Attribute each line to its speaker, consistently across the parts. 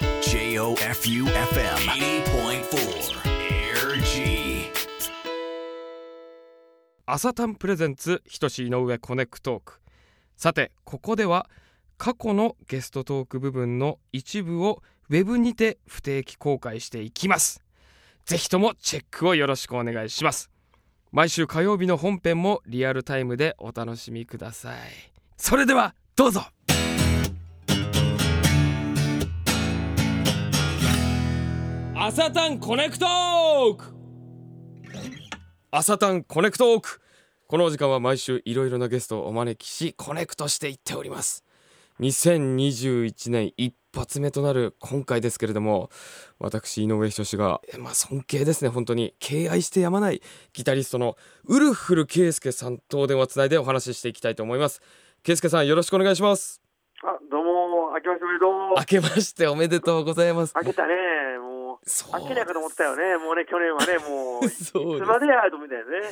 Speaker 1: Radio FUFM 80.4 Air G
Speaker 2: 朝タンプレゼンツひとし井上コネクトークさてここでは過去のゲストトーク部分の一部をウェブにて不定期公開していきますぜひともチェックをよろしくお願いします毎週火曜日の本編もリアルタイムでお楽しみくださいそれではどうぞ朝タンコネクトーク朝タンコネクトークこのお時間は毎週いろいろなゲストをお招きしコネクトしていっております2021年一発目となる今回ですけれども私井上仁志がえまあ尊敬ですね本当に敬愛してやまないギタリストのウルフル圭介さんとお電話つないでお話ししていきたいと思います圭介さんよろしくお願いします
Speaker 3: あ、どうも、明けましておめでとう。
Speaker 2: 明けましておめでとうございます
Speaker 3: 明けたね、もう。
Speaker 2: そう
Speaker 3: 明けないかと思ったよね、もうね、去年はね、もう。いつ
Speaker 2: そうです
Speaker 3: までやと思ったよね。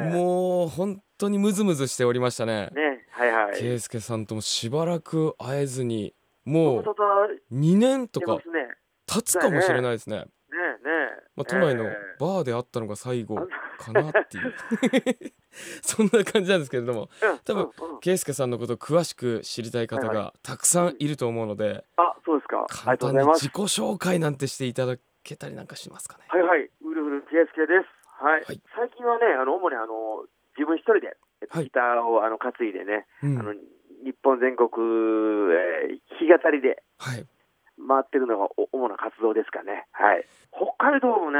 Speaker 3: えー
Speaker 2: もう本当にムズムズしておりましたね
Speaker 3: ね、はいはい。
Speaker 2: 圭介さんともしばらく会えずに
Speaker 3: ご
Speaker 2: も
Speaker 3: 無
Speaker 2: う
Speaker 3: 沙汰
Speaker 2: 2年と
Speaker 3: してま
Speaker 2: か
Speaker 3: すね。ね
Speaker 2: 経つかもしれないですね、
Speaker 3: え、ねえ。
Speaker 2: まあ、都内の
Speaker 3: え
Speaker 2: バーで会ったのが最後かなっていう そんな感じなんですけれども
Speaker 3: えうん
Speaker 2: 多分
Speaker 3: うんうん
Speaker 2: 圭介さんのことを詳しく知りたい方
Speaker 3: はい
Speaker 2: がたくさんいると思うので
Speaker 3: あ、そうですか。
Speaker 2: 簡
Speaker 3: ありがとう
Speaker 2: 単に
Speaker 3: ございま
Speaker 2: 自
Speaker 3: す
Speaker 2: 己。紹介なんてしていただけたりなんかしますかね
Speaker 3: はいはい、ウルフル圭介です。はい。
Speaker 2: はい
Speaker 3: 最近はね、あの、主にあの、自分一人で、えっと
Speaker 2: はい
Speaker 3: ギターをあの担いでね、
Speaker 2: うん
Speaker 3: あの、日本全国、えー、弾き語りで、
Speaker 2: はい
Speaker 3: 回ってるのがお主な活動ですかね、はい、北海道もね、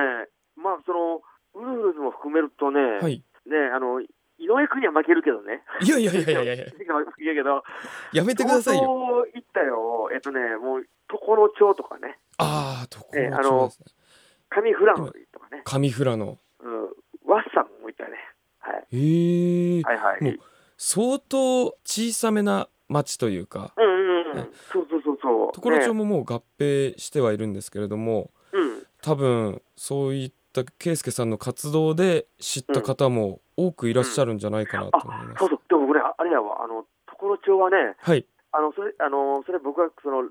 Speaker 3: まあ、そのウルフルズも含めるとね、
Speaker 2: はい
Speaker 3: ねあの井上君には負けるけどね、
Speaker 2: いやいやいやいやいや
Speaker 3: いやけど、
Speaker 2: やめてくださいよ
Speaker 3: 相当行ったよ、えっとね、もう常呂町とかね、
Speaker 2: ああところ
Speaker 3: えあの
Speaker 2: ですね
Speaker 3: 上富良野とかね、
Speaker 2: 上富良野
Speaker 3: うん、ワッサンも行ったよね、はい、
Speaker 2: へえ
Speaker 3: はいはい、う
Speaker 2: もうん相当小さめな町というか
Speaker 3: うんう
Speaker 2: ね
Speaker 3: ん、そうそうそうそう、
Speaker 2: 常呂町
Speaker 3: ね、
Speaker 2: ももう合併してはいるんですけれども
Speaker 3: うん、
Speaker 2: 多分そういった圭介さんの活動で知った方も多くいらっしゃるんじゃないかなと思います。
Speaker 3: そうそう、でもこれ、あれやわ、あの常呂町はね、
Speaker 2: はい、
Speaker 3: あのそれあのそれ僕はその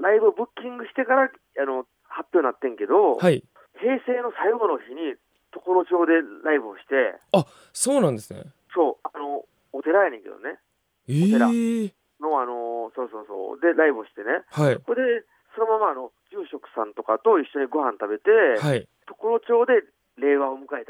Speaker 3: ライブをブッキングしてからあの発表になってんけど、
Speaker 2: はい、
Speaker 3: 平成の最後の日に常呂町でライブをして
Speaker 2: そうなんですね。
Speaker 3: そうあのお寺やねんけどね
Speaker 2: え
Speaker 3: 寺
Speaker 2: ー、
Speaker 3: のあのそうそうそうでライブをしてね
Speaker 2: はい、
Speaker 3: これでそのままあの住職さんとかと一緒にご飯食べて
Speaker 2: はい、
Speaker 3: 常呂町で令和を迎え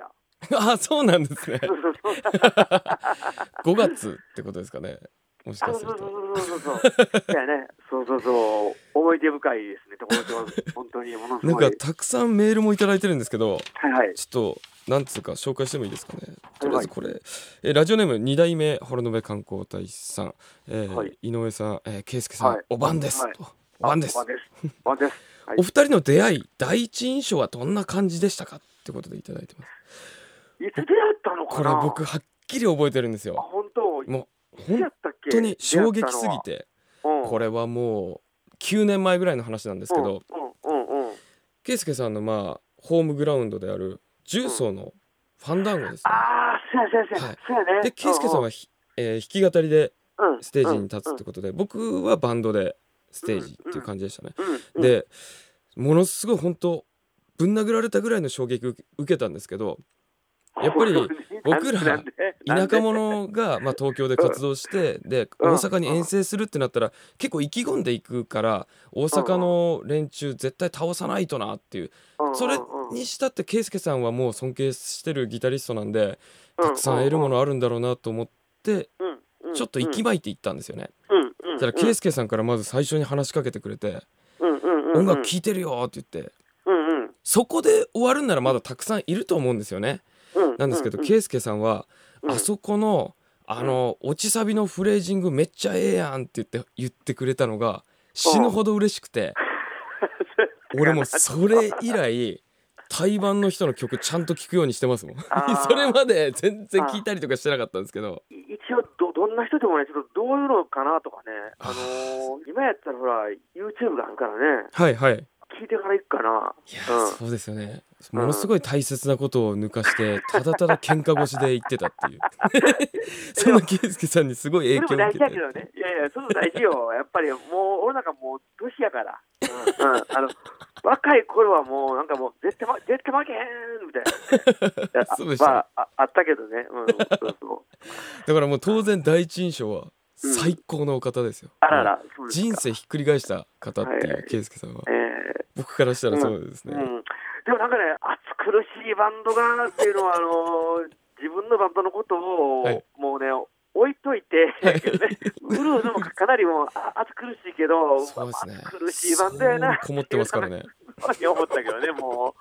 Speaker 3: た
Speaker 2: あ、そうなんですね。
Speaker 3: そうそうそうそう
Speaker 2: 5月ってことですかね。もしかする
Speaker 3: そ
Speaker 2: と。
Speaker 3: うそ うそうそうそうだよねそうそうそう思い出深いですね常呂町は本当にものす
Speaker 2: なん
Speaker 3: ご
Speaker 2: か
Speaker 3: い
Speaker 2: たくさんメールもいただいてるんですけど、
Speaker 3: はいはい
Speaker 2: ちょっと。なんつうか紹介してもいいですかね。とりあえずこれ、えラジオネーム二代目幌延観光大使さん、えー
Speaker 3: はい
Speaker 2: 井上さん、えー、圭介さん、
Speaker 3: はい
Speaker 2: おばんです、
Speaker 3: はい
Speaker 2: とおばんです
Speaker 3: ワン。です。ワンです。はい
Speaker 2: お二人の出会い第一印象はどんな感じでしたかってことでいただいてます
Speaker 3: いつ出会ったの
Speaker 2: こ
Speaker 3: か
Speaker 2: れ
Speaker 3: な。
Speaker 2: 僕
Speaker 3: あ
Speaker 2: はっきり覚えてるんですよ
Speaker 3: 本当。い
Speaker 2: もう
Speaker 3: つや
Speaker 2: 本
Speaker 3: ったっけ
Speaker 2: 当に衝撃すぎ。て
Speaker 3: 出会ったのはうん、
Speaker 2: これはもう9年前ぐらいの話なんですけど
Speaker 3: うん。うんうんうん。
Speaker 2: 圭介さんのまあホームグラウンドである重曹のファンダンゴですね
Speaker 3: ああ、そうやそうやそ
Speaker 2: は
Speaker 3: う
Speaker 2: い
Speaker 3: や。そうやね。
Speaker 2: で圭介さんはひ、えー弾き語りで
Speaker 3: うんうん
Speaker 2: ステージに立つってことで僕はバンドでステージっていう感じでしたね
Speaker 3: うん。うん、
Speaker 2: でものすごい本当ぶん殴られたぐらいの衝撃受け受けたんですけどやっ ぱり僕ら
Speaker 3: なんでなん
Speaker 2: 田
Speaker 3: で
Speaker 2: 舎者 が、まあ、東京で活動してで
Speaker 3: うん
Speaker 2: 大阪に遠征するってなったら結構意気込んでいくから大阪の連中絶対倒さないとなっていうそれにしたって圭介さんはもう尊敬してるギタリストなんでたくさん得るも
Speaker 3: の、
Speaker 2: のあるんだろうなと思って
Speaker 3: うんうんうん、
Speaker 2: ちょっと息
Speaker 3: ま、
Speaker 2: 巻いていったんですよね。
Speaker 3: うんうんうん、
Speaker 2: そしたら圭介さんからまず最初に話しかけてくれて
Speaker 3: うんうんう
Speaker 2: 「
Speaker 3: ん、
Speaker 2: 音楽聴いてるよ」って言って
Speaker 3: うんうん
Speaker 2: そこで終わるならまだたくさんいると思うんですよね。
Speaker 3: うん、
Speaker 2: なんですけど
Speaker 3: うん
Speaker 2: 圭介さんは
Speaker 3: うん、
Speaker 2: あそこのあの落ちサビのフレージングめっちゃええやんって言って言ってくれたのが死ぬほど嬉しくて俺もうそれ以来対バンの人の曲ちゃんと聴くようにしてますもん
Speaker 3: あー
Speaker 2: それまで全然聴いたりとかしてなかったんですけど
Speaker 3: 一応どどんな人でもねちょっとどういうのかなとかね
Speaker 2: あ
Speaker 3: あのー、今やったらほら YouTube があるからね
Speaker 2: はいはいい
Speaker 3: 聞いてから行くかな
Speaker 2: や
Speaker 3: うん
Speaker 2: ーそうですよねものすごい大切なことを抜かしてただただ喧嘩越しで言ってた っていうそんな圭介さんにすごい
Speaker 3: そ
Speaker 2: 影
Speaker 3: れ
Speaker 2: 響
Speaker 3: も
Speaker 2: を受け
Speaker 3: 大事だ
Speaker 2: て
Speaker 3: け どね。いやいや、それも大事よ。やっぱりもう、俺なんかもう、年やから。うん、うん、あの、若い頃はもう、なんかもう、絶対、ま、絶対負けへんみたいな
Speaker 2: そうで。した
Speaker 3: まあ、ああったけどね。うん、そうそう。
Speaker 2: だからもう当然第一印象は
Speaker 3: うん
Speaker 2: 最高のお方ですよ、
Speaker 3: あらら、そうですか
Speaker 2: 人生ひっくり返した方って
Speaker 3: は
Speaker 2: い
Speaker 3: いは
Speaker 2: う
Speaker 3: い
Speaker 2: 圭介さんは
Speaker 3: ええ
Speaker 2: 僕からしたらそうですね、
Speaker 3: うん、でもなんかね、暑苦しいバンドがっていうのは、あのー自分のバンドのことを、
Speaker 2: はい
Speaker 3: もうね、置いといて、 ウルフでもかなりもうあ暑苦しいけど、
Speaker 2: そうですね
Speaker 3: 暑苦しいバンドやな
Speaker 2: そうこもってますからね
Speaker 3: って思ったけどね、も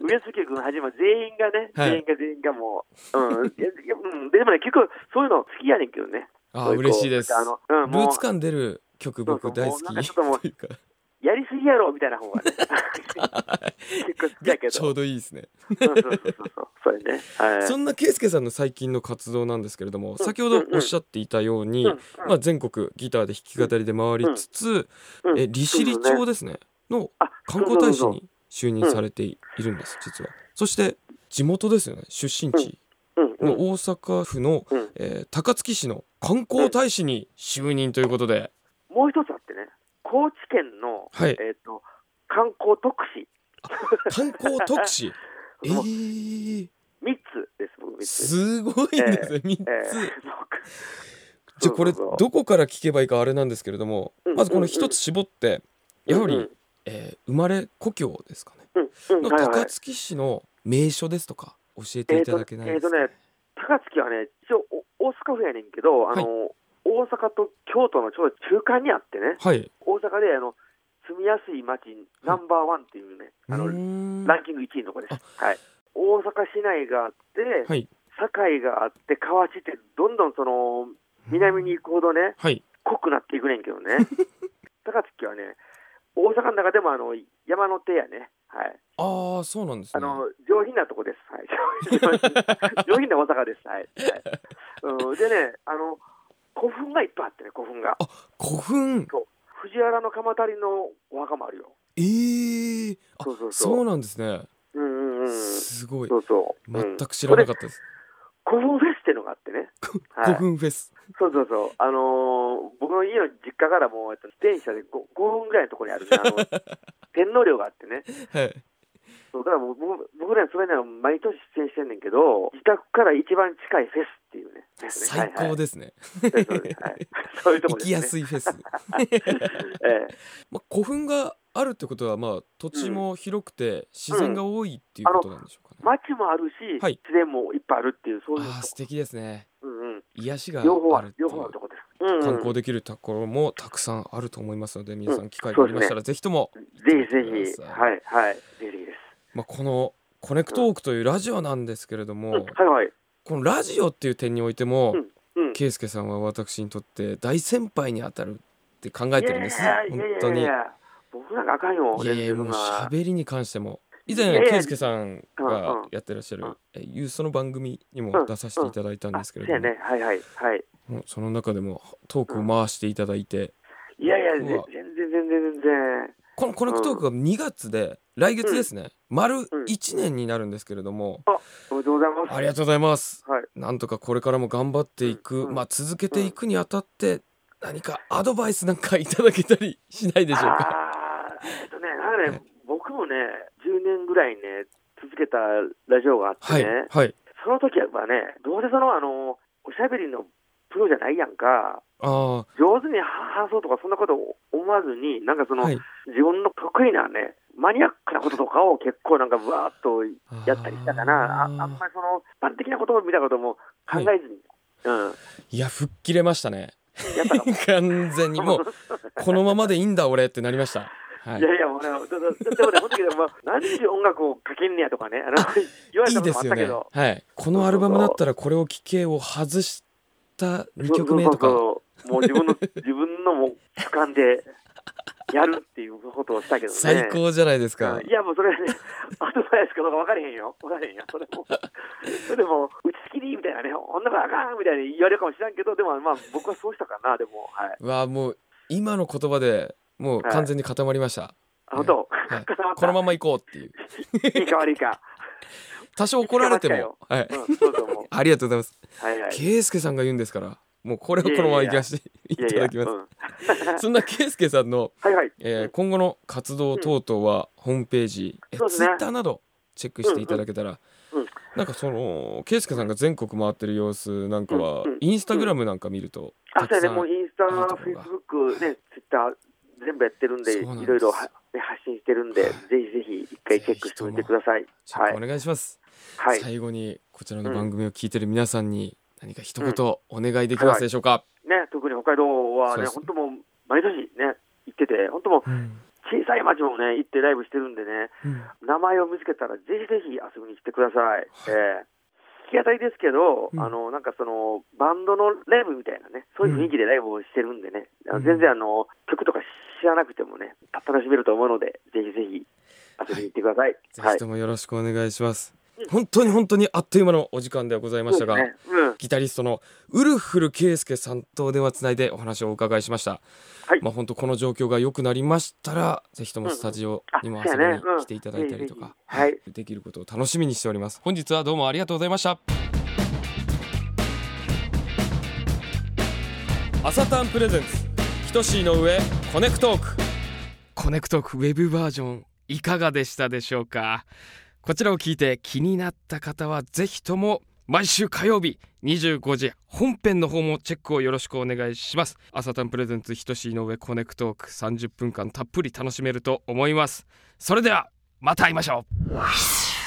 Speaker 3: う、上杉君はじめ全員がね、
Speaker 2: はい
Speaker 3: 全員が全員がもう、うん、いやいやうん、でもね、結構そういうの好きやねんけどね。
Speaker 2: ああ
Speaker 3: そういうこう
Speaker 2: 嬉しいです
Speaker 3: あのうん
Speaker 2: ル
Speaker 3: もう
Speaker 2: ーツ感出る曲
Speaker 3: そう
Speaker 2: 僕
Speaker 3: そう
Speaker 2: 大好き
Speaker 3: もうなんかちょっともう
Speaker 2: というか
Speaker 3: やりすぎやろみたいな方がね、結構好きやけど、
Speaker 2: ちょうどいいですね
Speaker 3: そうそうそうそう、それね。はい
Speaker 2: そんな圭介さんの最近の活動なんですけれども先ほどおっしゃっていたように、
Speaker 3: うんうん
Speaker 2: まあ、全国ギターで弾き語りで回りつつ、
Speaker 3: うん
Speaker 2: え利尻町ですねの観光大使に就任されているんです実はそして地元ですよね出身地の大阪府の、
Speaker 3: うん
Speaker 2: えー高槻市の観光大使に就任ということ で、
Speaker 3: もう一つあってね、高知県の、
Speaker 2: はい
Speaker 3: えっと観光特使、
Speaker 2: 観光特使え
Speaker 3: もう
Speaker 2: ー、
Speaker 3: 3つです、僕3つ。
Speaker 2: すごいですね3つ、
Speaker 3: えー
Speaker 2: じゃあこれ
Speaker 3: そうそうそう
Speaker 2: どこから聞けばいいかあれなんですけれども
Speaker 3: うん
Speaker 2: まずこの一つ絞ってやはり、
Speaker 3: うん
Speaker 2: えー生まれ故郷ですかね
Speaker 3: うんうん
Speaker 2: の
Speaker 3: はいは
Speaker 2: 高
Speaker 3: い
Speaker 2: 槻市の名所ですとか教え
Speaker 3: え
Speaker 2: てい
Speaker 3: ー
Speaker 2: た
Speaker 3: と
Speaker 2: だけないですか、
Speaker 3: えーとね高槻はね、一応お大阪府やねんけど、あの、大阪と京都のちょうど中間にあってね、
Speaker 2: はい
Speaker 3: 大阪であの住みやすい街ナンバーワンっていうね、あの
Speaker 2: うーん
Speaker 3: ランキング1位のとこです。はい大阪市内があって、
Speaker 2: はい
Speaker 3: 堺があって、河内って、どんどんその南に行くほどね、
Speaker 2: はい
Speaker 3: 濃くなっていくねんけ どね。高槻はね、大阪の中でもあの山の手やね。はい。
Speaker 2: ああそうなんです
Speaker 3: あ
Speaker 2: ね
Speaker 3: の、上品なとこです。はい。 上品な大阪です。はい。はいうん、でね、あの、古墳がいっぱいあってね、古墳が。
Speaker 2: 古墳
Speaker 3: そう。藤原の鎌足りのお墓もあるよ。
Speaker 2: えー、あ
Speaker 3: そうそうそう
Speaker 2: そうなんですね
Speaker 3: うんうんうん。そ
Speaker 2: すごいう
Speaker 3: そう。
Speaker 2: 全く知らなか
Speaker 3: っ
Speaker 2: ったです、
Speaker 3: た。これ古墳フェスっていうのがあってね。はい
Speaker 2: 古墳フェス
Speaker 3: そうそうそう。あのー僕の家の実家からもう、えっと自転車で 5, 分ぐらいのところにあるね、あ の天皇陵があってね。
Speaker 2: はい
Speaker 3: そうだからもう僕僕らそれなら毎年出演してんねんけど、自宅から一番近いフェスっていうね、フェスね
Speaker 2: 最高ですね、
Speaker 3: はいはいそうですはい、 そういうとこ
Speaker 2: 行き
Speaker 3: です、ね、
Speaker 2: やすいフェス、
Speaker 3: ええ
Speaker 2: まあ、古墳があるってことはまあ土地も広くて自然が多いっていうことなんでしょうかね、
Speaker 3: 街もあるし、
Speaker 2: はい
Speaker 3: 自然もいっぱいあるっていう、そういう
Speaker 2: ああ素敵ですね
Speaker 3: と、うんうん、
Speaker 2: 癒しが
Speaker 3: 両方
Speaker 2: あ
Speaker 3: あ
Speaker 2: るっ
Speaker 3: る、
Speaker 2: てい
Speaker 3: 両
Speaker 2: う
Speaker 3: 方あるとこです。うんうん、
Speaker 2: 観光できるところもたくさんあると思いますので皆さん機会がありましたらぜひとも、行ってみて
Speaker 3: ぜひぜひ、
Speaker 2: ください
Speaker 3: はいはい、ぜひぜひです。
Speaker 2: まあ、この「コネクトーク」というラジオなんですけれども、
Speaker 3: うん、はいはい、
Speaker 2: このラジオっていう点においても、
Speaker 3: うん。
Speaker 2: 圭介さんは私にとって大先輩にあたるって考えてるんです
Speaker 3: いやいや
Speaker 2: 本
Speaker 3: いやい
Speaker 2: 当
Speaker 3: や
Speaker 2: に
Speaker 3: いや、僕なんかあかんよ、
Speaker 2: いやいやもう
Speaker 3: レッスンは
Speaker 2: 喋りに関しても以
Speaker 3: いや
Speaker 2: 前
Speaker 3: いや
Speaker 2: 圭介さんがやってらっしゃる
Speaker 3: うん
Speaker 2: えユーストの番組に
Speaker 3: う
Speaker 2: も
Speaker 3: ん
Speaker 2: 出させていただいたん
Speaker 3: あ
Speaker 2: です
Speaker 3: そ
Speaker 2: け
Speaker 3: う
Speaker 2: れ
Speaker 3: や
Speaker 2: ども
Speaker 3: ね、はいはい、はい。
Speaker 2: もうその中でもトークを回していただいて
Speaker 3: いやいや、
Speaker 2: う
Speaker 3: 全
Speaker 2: わ
Speaker 3: 然全然全然。
Speaker 2: この「コネクトーク」が2月で来月ですね丸
Speaker 3: うん
Speaker 2: 1年になるんですけれども
Speaker 3: おめでとうございます。
Speaker 2: ありがとうございます
Speaker 3: はい。
Speaker 2: なんとかこれからも頑張っていく
Speaker 3: うん
Speaker 2: まあ続けていくにあたって何かアドバイスなんかいただけたりしないでしょうか
Speaker 3: あーえっとね、 なんかね、僕もね、10年ぐらいね、続けたラジオがあって
Speaker 2: はい
Speaker 3: ね、
Speaker 2: はい
Speaker 3: その時はね、どうせその、あの、おしゃべりのプロじゃないやんか、
Speaker 2: あ
Speaker 3: 上手に話そうとか、そんなこと思わずに、なんかそ
Speaker 2: あ
Speaker 3: の、
Speaker 2: はい
Speaker 3: 自分の得意なね、マニアックなこととかを結構なんか、わーっとやったりしたかな、ああんまりその、一般的なことを見たことも考えずに、うん、
Speaker 2: いや吹っ切れましたね
Speaker 3: やったかも。
Speaker 2: 完全に もうこのままでいいんだ俺ってなりました。はい
Speaker 3: い、やいや、もうね、だだでもね、本当にね、まあ、何時音楽をかけんねやとかね、あの言われ
Speaker 2: い
Speaker 3: た
Speaker 2: いで
Speaker 3: こともあ
Speaker 2: す
Speaker 3: っ
Speaker 2: よ
Speaker 3: たけ
Speaker 2: ね。
Speaker 3: ど、
Speaker 2: はい。このアルバムだったらこれを聴けを外した二
Speaker 3: そう
Speaker 2: 曲目とか。
Speaker 3: そうそうもう自分 の、自分のもう掴んでやるっていうことをしたけどね。
Speaker 2: 最高じゃないですか
Speaker 3: うん。いや、もうそれはね、 アドバイスかどうか分かれへんよ。分かれへんよ。それも、それでも、打ち切りみたいなね、女があかんみたいに言われるかもしれんけど、でもまあ、僕はそうしたかな、でも、はい。
Speaker 2: わあもう今の言葉でもう完全に固まりました。
Speaker 3: あ本当、
Speaker 2: はい
Speaker 3: 固まった
Speaker 2: このまま行こうっていう。
Speaker 3: いいか悪いか。
Speaker 2: 多少怒られても。はい。
Speaker 3: うん、そうそう、もう。
Speaker 2: ありがとうございます。
Speaker 3: はいはい。
Speaker 2: 圭介さんが言うんですから。もうこれをこのまま
Speaker 3: いや
Speaker 2: 行
Speaker 3: いやいや
Speaker 2: かせてい
Speaker 3: いやい
Speaker 2: た
Speaker 3: や、
Speaker 2: だきます
Speaker 3: う。ん
Speaker 2: そんな圭介さんの、
Speaker 3: はいはい。
Speaker 2: えー今後の活動等々はホームページ、え
Speaker 3: そうです
Speaker 2: ツ
Speaker 3: ね
Speaker 2: イッターなどチェックしていただけたら、
Speaker 3: うんうん
Speaker 2: なんかその圭介さんが全国回ってる様子なんかは、
Speaker 3: うんうん
Speaker 2: インスタグラムなんか見ると、
Speaker 3: あ、
Speaker 2: た
Speaker 3: そう
Speaker 2: く
Speaker 3: やね、
Speaker 2: さ
Speaker 3: もうんインスタ、
Speaker 2: いいとこ
Speaker 3: フェイ
Speaker 2: が
Speaker 3: スブック、ね、ツイッター、全部やってるんで、
Speaker 2: そうなんです
Speaker 3: いろいろはね発信してるんで、ぜひぜひ一回チェックしてみてください。
Speaker 2: チェ
Speaker 3: は
Speaker 2: ックお
Speaker 3: い。
Speaker 2: 願いします、
Speaker 3: はい。
Speaker 2: 最後にこちらの番組を聞いてる皆さんに何か一言お願いできますでしょうか、
Speaker 3: ね、特に北海道はね、
Speaker 2: そう
Speaker 3: 本当もう、毎年ね、行ってて、本当も
Speaker 2: う
Speaker 3: う、
Speaker 2: ん
Speaker 3: 小さい町もね、行ってライブしてるんでね、
Speaker 2: うん
Speaker 3: 名前を見つけたら、ぜひぜひ遊びに来てください。ええ弾き語りですけど、
Speaker 2: うん
Speaker 3: あの、なんかその、バンドのライブみたいなね、そういう雰囲気でライブをしてるんでね、あの
Speaker 2: うん
Speaker 3: 全然あの、曲とか知らなくてもね、楽しめると思うので、ぜひぜひ遊びに行ってください。
Speaker 2: ぜ
Speaker 3: はい。
Speaker 2: ひともよろしくお願いします、本当に本当にあっという間のお時間ではございまし
Speaker 3: そ
Speaker 2: た
Speaker 3: うで
Speaker 2: が、
Speaker 3: すね。うん。
Speaker 2: ギタリストのウルフル圭介さんと電話つないでお話をお伺いしました、
Speaker 3: はい
Speaker 2: まあ本当この状況が良くなりましたらぜひともスタジオ
Speaker 3: あ、
Speaker 2: にも
Speaker 3: そ
Speaker 2: 遊
Speaker 3: う
Speaker 2: び
Speaker 3: や
Speaker 2: に
Speaker 3: ねうん
Speaker 2: 来ていただいたりとか、
Speaker 3: ぜひぜひはい。
Speaker 2: できることを楽しみにしております本日はどうもありがとうございました朝タンプレゼンツひとしいの上コネクトークコネクトークウェブバージョンいかがでしたでしょうかこちらを聞いて気になった方はぜひとも毎週火曜日25時本編の方もチェックをよろしくお願いします朝タンプレゼンツひとしいの上コネクトーク30分間たっぷり楽しめると思いますそれではまた会いましょう